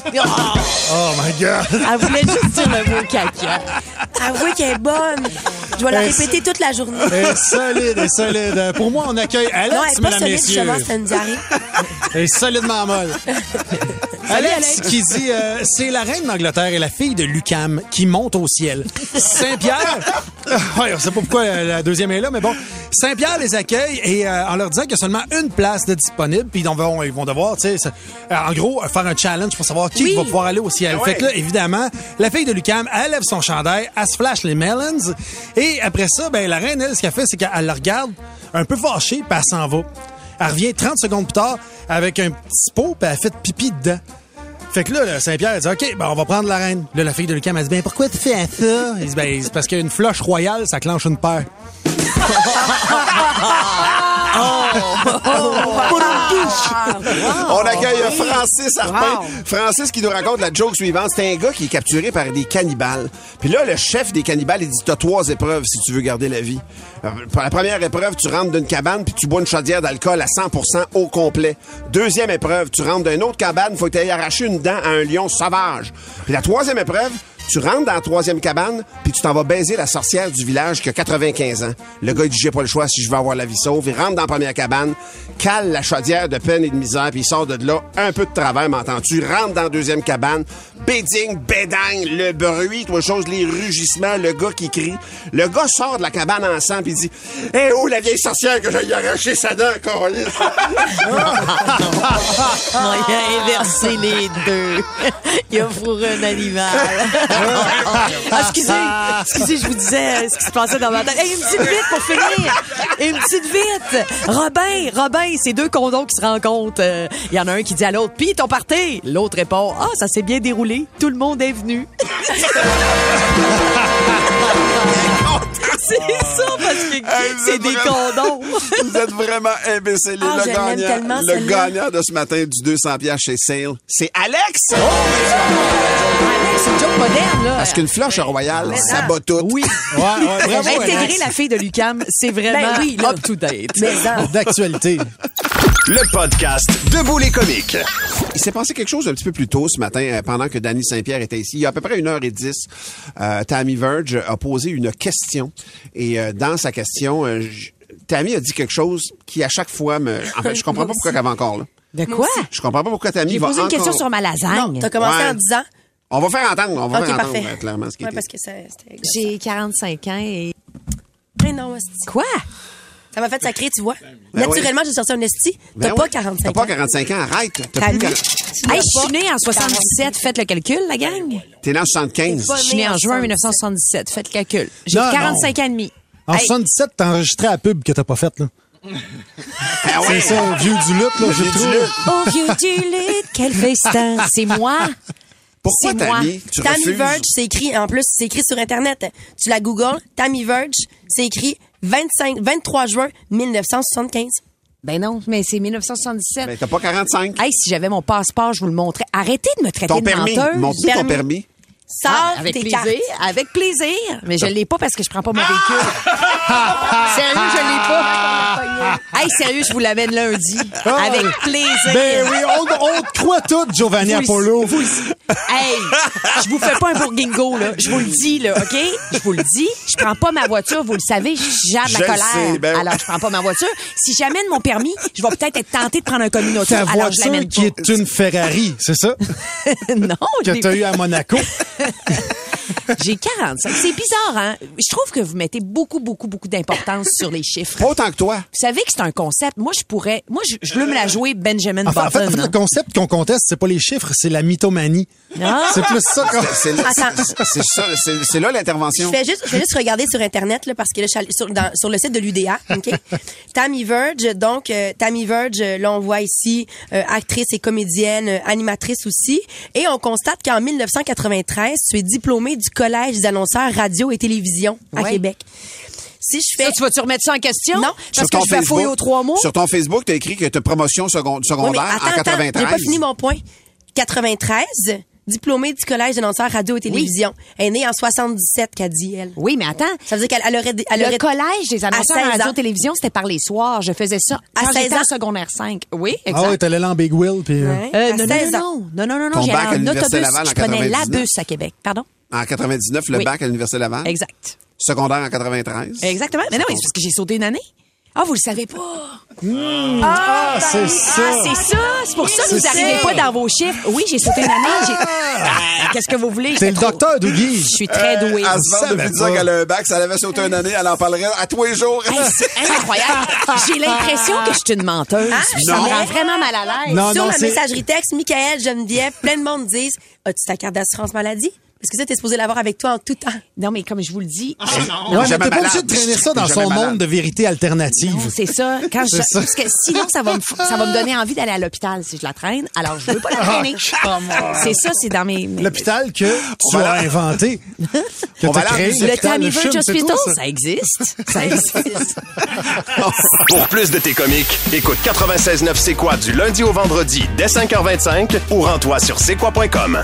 Speaker 5: Oh my God.
Speaker 1: Elle voulait juste dire le mot caca. Avouez qu'elle est bonne. Je vais la
Speaker 5: Elle est-
Speaker 1: répéter toute la journée.
Speaker 5: Elle est solide, elle est solide. Euh, Pour moi, on accueille
Speaker 1: non, elle
Speaker 5: Alex,
Speaker 1: est pas
Speaker 5: mesdames,
Speaker 1: solide,
Speaker 5: messieurs.
Speaker 1: justement, c'est une diarrhée.
Speaker 5: Elle est solidement molle.
Speaker 1: Salut,
Speaker 5: Alex
Speaker 1: Alex.
Speaker 5: qui dit euh, c'est la reine d'Angleterre et la fille de Lucam qui monte au ciel. Saint-Pierre, ouais, on sait pas pourquoi euh, la deuxième est là, mais bon, Saint-Pierre les accueille et euh, en leur disant qu'il y a seulement une place de disponible, puis ils vont, ils vont devoir, tu sais, ça- euh, en gros, euh, faire un challenge pour savoir qui va pouvoir aller au ciel.
Speaker 3: Ah
Speaker 5: Fait que
Speaker 3: ouais.
Speaker 5: là, évidemment, la fille de Lucam, elle lève son chandail, elle se flash les melons et après ça, ben la reine, elle, ce qu'elle fait, c'est qu'elle la regarde un peu fâchée, puis elle s'en va. Elle revient 30 secondes plus tard avec un petit pot, puis elle fait pipi dedans. Fait que là, le Saint-Pierre, elle dit, OK, ben, on va prendre la reine. Là, la fille de Lucam, elle dit, ben, pourquoi tu fais ça? Il dit, ben, c'est parce qu'une floche royale, ça clenche une paire.
Speaker 3: On accueille Francis Arpin. Francis qui nous raconte la joke suivante. C'est un gars qui est capturé par des cannibales. Puis là, le chef des cannibales, il dit, t'as trois épreuves si tu veux garder la vie. Euh, Pour la première épreuve, tu rentres d'une cabane puis tu bois une chaudière d'alcool à 100% au complet. Deuxième épreuve, tu rentres d'une autre cabane, faut que t'ailles arracher une dent à un lion sauvage. Puis la troisième épreuve, tu rentres dans la troisième cabane, puis tu t'en vas baiser la sorcière du village qui a 95 ans. Le gars, il dit, j'ai pas le choix si je veux avoir la vie sauve. Il rentre dans la première cabane, cale la chaudière de peine et de misère, puis il sort de là un peu de travers, m'entends-tu? Rentre dans la deuxième cabane, béding, bédang, le bruit, toi chose, les rugissements, le gars qui crie. Le gars sort de la cabane en sang, puis il dit, hé oh, la vieille sorcière que j'ai arraché sa dent, Caroline!
Speaker 4: Non, il a inversé les deux. Il a fourré un animal. Ah, excusez, excusez, je vous disais euh, ce qui se passait dans ma tête. Hey, une petite vite pour finir. Une petite vite. Robin, Robin, c'est deux condons qui se rencontrent. Euh, Il y en a un qui dit à l'autre, pis ton parti. L'autre répond, ah, ça s'est bien déroulé. Tout le monde est venu. C'est ça, parce que c'est des condons.
Speaker 3: Vous êtes vraiment imbéciles.
Speaker 4: Ah, je
Speaker 3: le
Speaker 4: l'aime
Speaker 3: gagnant,
Speaker 4: tellement,
Speaker 3: le
Speaker 4: celle-là.
Speaker 3: gagnant de ce matin du 200 pièces chez Sale, c'est Alex.
Speaker 4: Alex, c'est une joke moderne, là.
Speaker 3: Parce qu'une floche royale,
Speaker 4: Mais
Speaker 3: ça
Speaker 4: non.
Speaker 3: bat tout. Oui.
Speaker 5: Ouais,
Speaker 4: Intégrer la fille de Lucam, c'est vraiment
Speaker 3: Ben oui, là.
Speaker 4: up to date.
Speaker 5: D'actualité.
Speaker 3: Le podcast Debout les comiques. Il s'est passé quelque chose un petit peu plus tôt ce matin euh, pendant que Danny Saint-Pierre était ici. Il y a à peu près 1h10, euh, Tammy Verge a posé une question. Et euh, dans sa question, euh, j- Tammy a dit quelque chose qui à chaque fois me... En fait, je comprends pas
Speaker 1: Moi
Speaker 3: pourquoi
Speaker 1: aussi.
Speaker 3: elle va encore là.
Speaker 4: De quoi?
Speaker 3: Je comprends pas pourquoi Tammy
Speaker 1: J'ai
Speaker 3: va
Speaker 1: posé une question
Speaker 3: encore-
Speaker 1: sur ma lasagne. Non, t'as commencé en disant-
Speaker 3: On va faire entendre, on va
Speaker 1: OK,
Speaker 3: faire entendre
Speaker 1: parfait.
Speaker 3: euh, clairement ce qui
Speaker 1: Ouais,
Speaker 3: était.
Speaker 1: parce que ça- c'était...
Speaker 4: J'ai 45 ans et...
Speaker 1: Mais non, hostie.
Speaker 4: Quoi?
Speaker 1: Ça m'a fait sacré, tu vois. Naturellement, j'ai sorti un esti. T'as
Speaker 3: Ben
Speaker 1: pas
Speaker 3: oui.
Speaker 1: 45
Speaker 3: T'as
Speaker 1: ans.
Speaker 3: pas 45 ans, arrête. T'as
Speaker 1: T'as
Speaker 3: plus
Speaker 1: mis-
Speaker 3: 40.
Speaker 4: Hey, je suis née en 77. Faites le calcul, la gang.
Speaker 3: T'es né en 75.
Speaker 4: Je suis née en juin 1977. Faites le calcul. J'ai
Speaker 5: Non,
Speaker 4: 45 ans et demi.
Speaker 5: En 77, t'as enregistré la pub que t'as pas faite, là.
Speaker 4: ouais.
Speaker 3: Ah
Speaker 5: C'est ça, vieux du lutte, là, je
Speaker 3: Vieux du
Speaker 5: trouve.
Speaker 3: lutte.
Speaker 4: Oh, vieux du lutte, quel festin. C'est moi.
Speaker 3: Pourquoi
Speaker 1: C'est
Speaker 3: t'as
Speaker 1: moi.
Speaker 3: mis- tu
Speaker 1: Tammy
Speaker 3: refuses?
Speaker 1: Verge, c'est écrit, en plus, c'est écrit sur Internet. Tu la googles, Tammy Verge, c'est écrit 25, 23 juin 1975.
Speaker 4: Ben non, mais c'est 1977.
Speaker 3: Ben, t'as pas 45.
Speaker 4: Hey, si j'avais mon passeport, je vous le montrais. Arrêtez de me traiter
Speaker 3: Ton
Speaker 4: de
Speaker 3: permis.
Speaker 4: menteuse.
Speaker 3: Montre-nous ton permis.
Speaker 1: Sors
Speaker 4: Ah, avec
Speaker 1: tes
Speaker 4: plaisir,
Speaker 1: cartes.
Speaker 4: avec plaisir. Mais je l'ai pas parce que je prends pas mon véhicule. sérieux, je l'ai pas. hey, sérieux, je vous l'amène lundi. avec plaisir.
Speaker 5: Ben oui, on, on te croit tout, Giovanni
Speaker 4: Vous-
Speaker 5: Apollo.
Speaker 4: Hey, je vous fais pas un bourguingo, là. Je vous le dis, là, OK? Je vous le dis. Je prends pas ma voiture, vous le savez, je gère
Speaker 3: Je
Speaker 4: ma
Speaker 3: le
Speaker 4: colère.
Speaker 3: sais, ben oui.
Speaker 4: Alors, je prends pas ma voiture. Si j'amène mon permis, je vais peut-être être tentée de prendre un communautaire.
Speaker 5: Ta
Speaker 4: Alors, je
Speaker 5: voiture
Speaker 4: l'amène
Speaker 5: qui est une Ferrari, c'est ça?
Speaker 4: pas. non, je
Speaker 5: Que
Speaker 4: l'ai-
Speaker 5: t'as eu à Monaco.
Speaker 4: j'ai 45. C'est bizarre, hein? Je trouve que vous mettez beaucoup, beaucoup, beaucoup d'importance sur les chiffres.
Speaker 3: Pas autant que toi.
Speaker 4: Vous savez que c'est un concept. Moi, je pourrais. Moi, je, je veux me la jouer Benjamin
Speaker 5: En fait, en fait, en
Speaker 4: Button.
Speaker 5: fait, le
Speaker 4: hein.
Speaker 5: concept qu'on conteste, c'est pas les chiffres, c'est la mythomanie.
Speaker 4: Ah!
Speaker 5: C'est plus ça. qu'on-
Speaker 3: C'est
Speaker 1: Attends.
Speaker 3: c'est- c'est ça, c'est- c'est là
Speaker 1: Je
Speaker 3: l'intervention.
Speaker 1: fais juste, je fais juste regarder sur Internet, là, parce que là, je suis allée sur, dans- sur le site de l'UDA, OK? Tammy Verge, donc, euh, Tammy Verge, euh, là, on voit ici, euh, actrice et comédienne, euh, animatrice aussi. Et on constate qu'en 1993, tu es diplômée du Collège des annonceurs radio et télévision à
Speaker 4: Ouais.
Speaker 1: Québec. Si je fais...
Speaker 4: Ça, tu vas-tu remettre ça en question?
Speaker 1: Non,
Speaker 4: parce que je fais fouiller aux trois mots.
Speaker 3: Sur ton Facebook, t'as écrit que t'as promotion second-
Speaker 1: Ouais, mais
Speaker 3: secondaire
Speaker 1: attends,
Speaker 3: en
Speaker 1: attends,
Speaker 3: 93.
Speaker 1: j'ai pas fini mon point. 93, diplômée du Collège des lanceurs radio et télévision. Elle est née en 77, qu'a dit elle.
Speaker 4: Oui, mais attends.
Speaker 1: Ça veut dire qu'elle elle aurait... elle
Speaker 4: le
Speaker 1: aurait-
Speaker 4: collège des annonceurs
Speaker 1: à
Speaker 4: en
Speaker 1: 16 ans.
Speaker 4: radio-télévision, c'était par les soirs. Je faisais ça
Speaker 1: À
Speaker 4: quand
Speaker 1: 16
Speaker 4: j'étais en
Speaker 1: ans.
Speaker 4: secondaire 5. Oui, exact.
Speaker 5: Ah oui, t'allais là en Big Wheel, puis. euh,
Speaker 1: Ouais.
Speaker 4: Euh,
Speaker 1: À
Speaker 4: non, non,
Speaker 1: 16
Speaker 4: non,
Speaker 1: ans.
Speaker 4: non, non, non, non,
Speaker 3: Ton bac à
Speaker 4: j'allais en
Speaker 3: l'Université
Speaker 4: autobus,
Speaker 3: Laval en Hein?
Speaker 4: je prenais
Speaker 3: 99.
Speaker 4: l'abus à Québec, pardon.
Speaker 3: En 99, le
Speaker 4: Oui.
Speaker 3: bac à l'Université Laval.
Speaker 4: Exact.
Speaker 3: Secondaire en 93.
Speaker 4: Exactement. Mais non, mais c'est parce que j'ai sauté une année. Ah, vous le savez pas.
Speaker 5: Ah, c'est ça.
Speaker 4: Ah, c'est ça. C'est pour ça que
Speaker 5: C'est
Speaker 4: vous n'arrivez
Speaker 5: ça.
Speaker 4: pas dans vos chiffres. Oui, j'ai sauté une année. j'ai- Ah, Qu'est-ce que vous voulez?
Speaker 5: T'es
Speaker 4: J'étais
Speaker 5: le
Speaker 4: trop-
Speaker 5: docteur Dougie.
Speaker 4: Je suis très douée.
Speaker 3: Elle se vante
Speaker 5: savais
Speaker 3: depuis dire
Speaker 5: pas.
Speaker 3: qu'elle a un bac, ça l'avait sauté une année, elle en parlerait à tous les jours.
Speaker 4: Hey, c'est incroyable. J'ai l'impression que je suis une menteuse. Ça me
Speaker 3: Non.
Speaker 4: rend vraiment mal à l'aise.
Speaker 5: Hein? Non,
Speaker 1: Sur
Speaker 5: non,
Speaker 1: la
Speaker 5: c'est-
Speaker 1: messagerie texte, Michael, Geneviève, plein de monde disent As-tu ta carte d'assurance maladie Parce que ça, t'es supposé l'avoir avec toi en tout temps.
Speaker 4: Non, mais comme je vous le dis,
Speaker 5: Ah, Ouais, mais t'es
Speaker 3: Jamais
Speaker 5: pas
Speaker 3: malade.
Speaker 5: obligé de traîner ça dans
Speaker 3: Jamais
Speaker 5: son
Speaker 3: malade.
Speaker 5: monde de vérité alternative.
Speaker 4: Non, c'est ça. Quand je,
Speaker 5: C'est ça.
Speaker 4: Parce que sinon, ça va, me, f- ça va me donner envie d'aller à l'hôpital si je la traîne. Alors, je veux pas la traîner. c'est ça, c'est dans mes... mes-
Speaker 5: L'hôpital que tu as inventé. Que
Speaker 3: On va
Speaker 5: t'as
Speaker 3: aller en
Speaker 5: créé.
Speaker 3: musique.
Speaker 4: Le
Speaker 5: l'hôpital
Speaker 4: Tammy
Speaker 5: de Chum,
Speaker 4: Verge
Speaker 5: c'est toi,
Speaker 4: Hospital,
Speaker 5: ça?
Speaker 4: ça existe. Ça existe.
Speaker 2: Pour plus de tes comiques, écoute 96.9 C'est quoi du lundi au vendredi dès 5h25 ou rends-toi sur c'est quoi.com.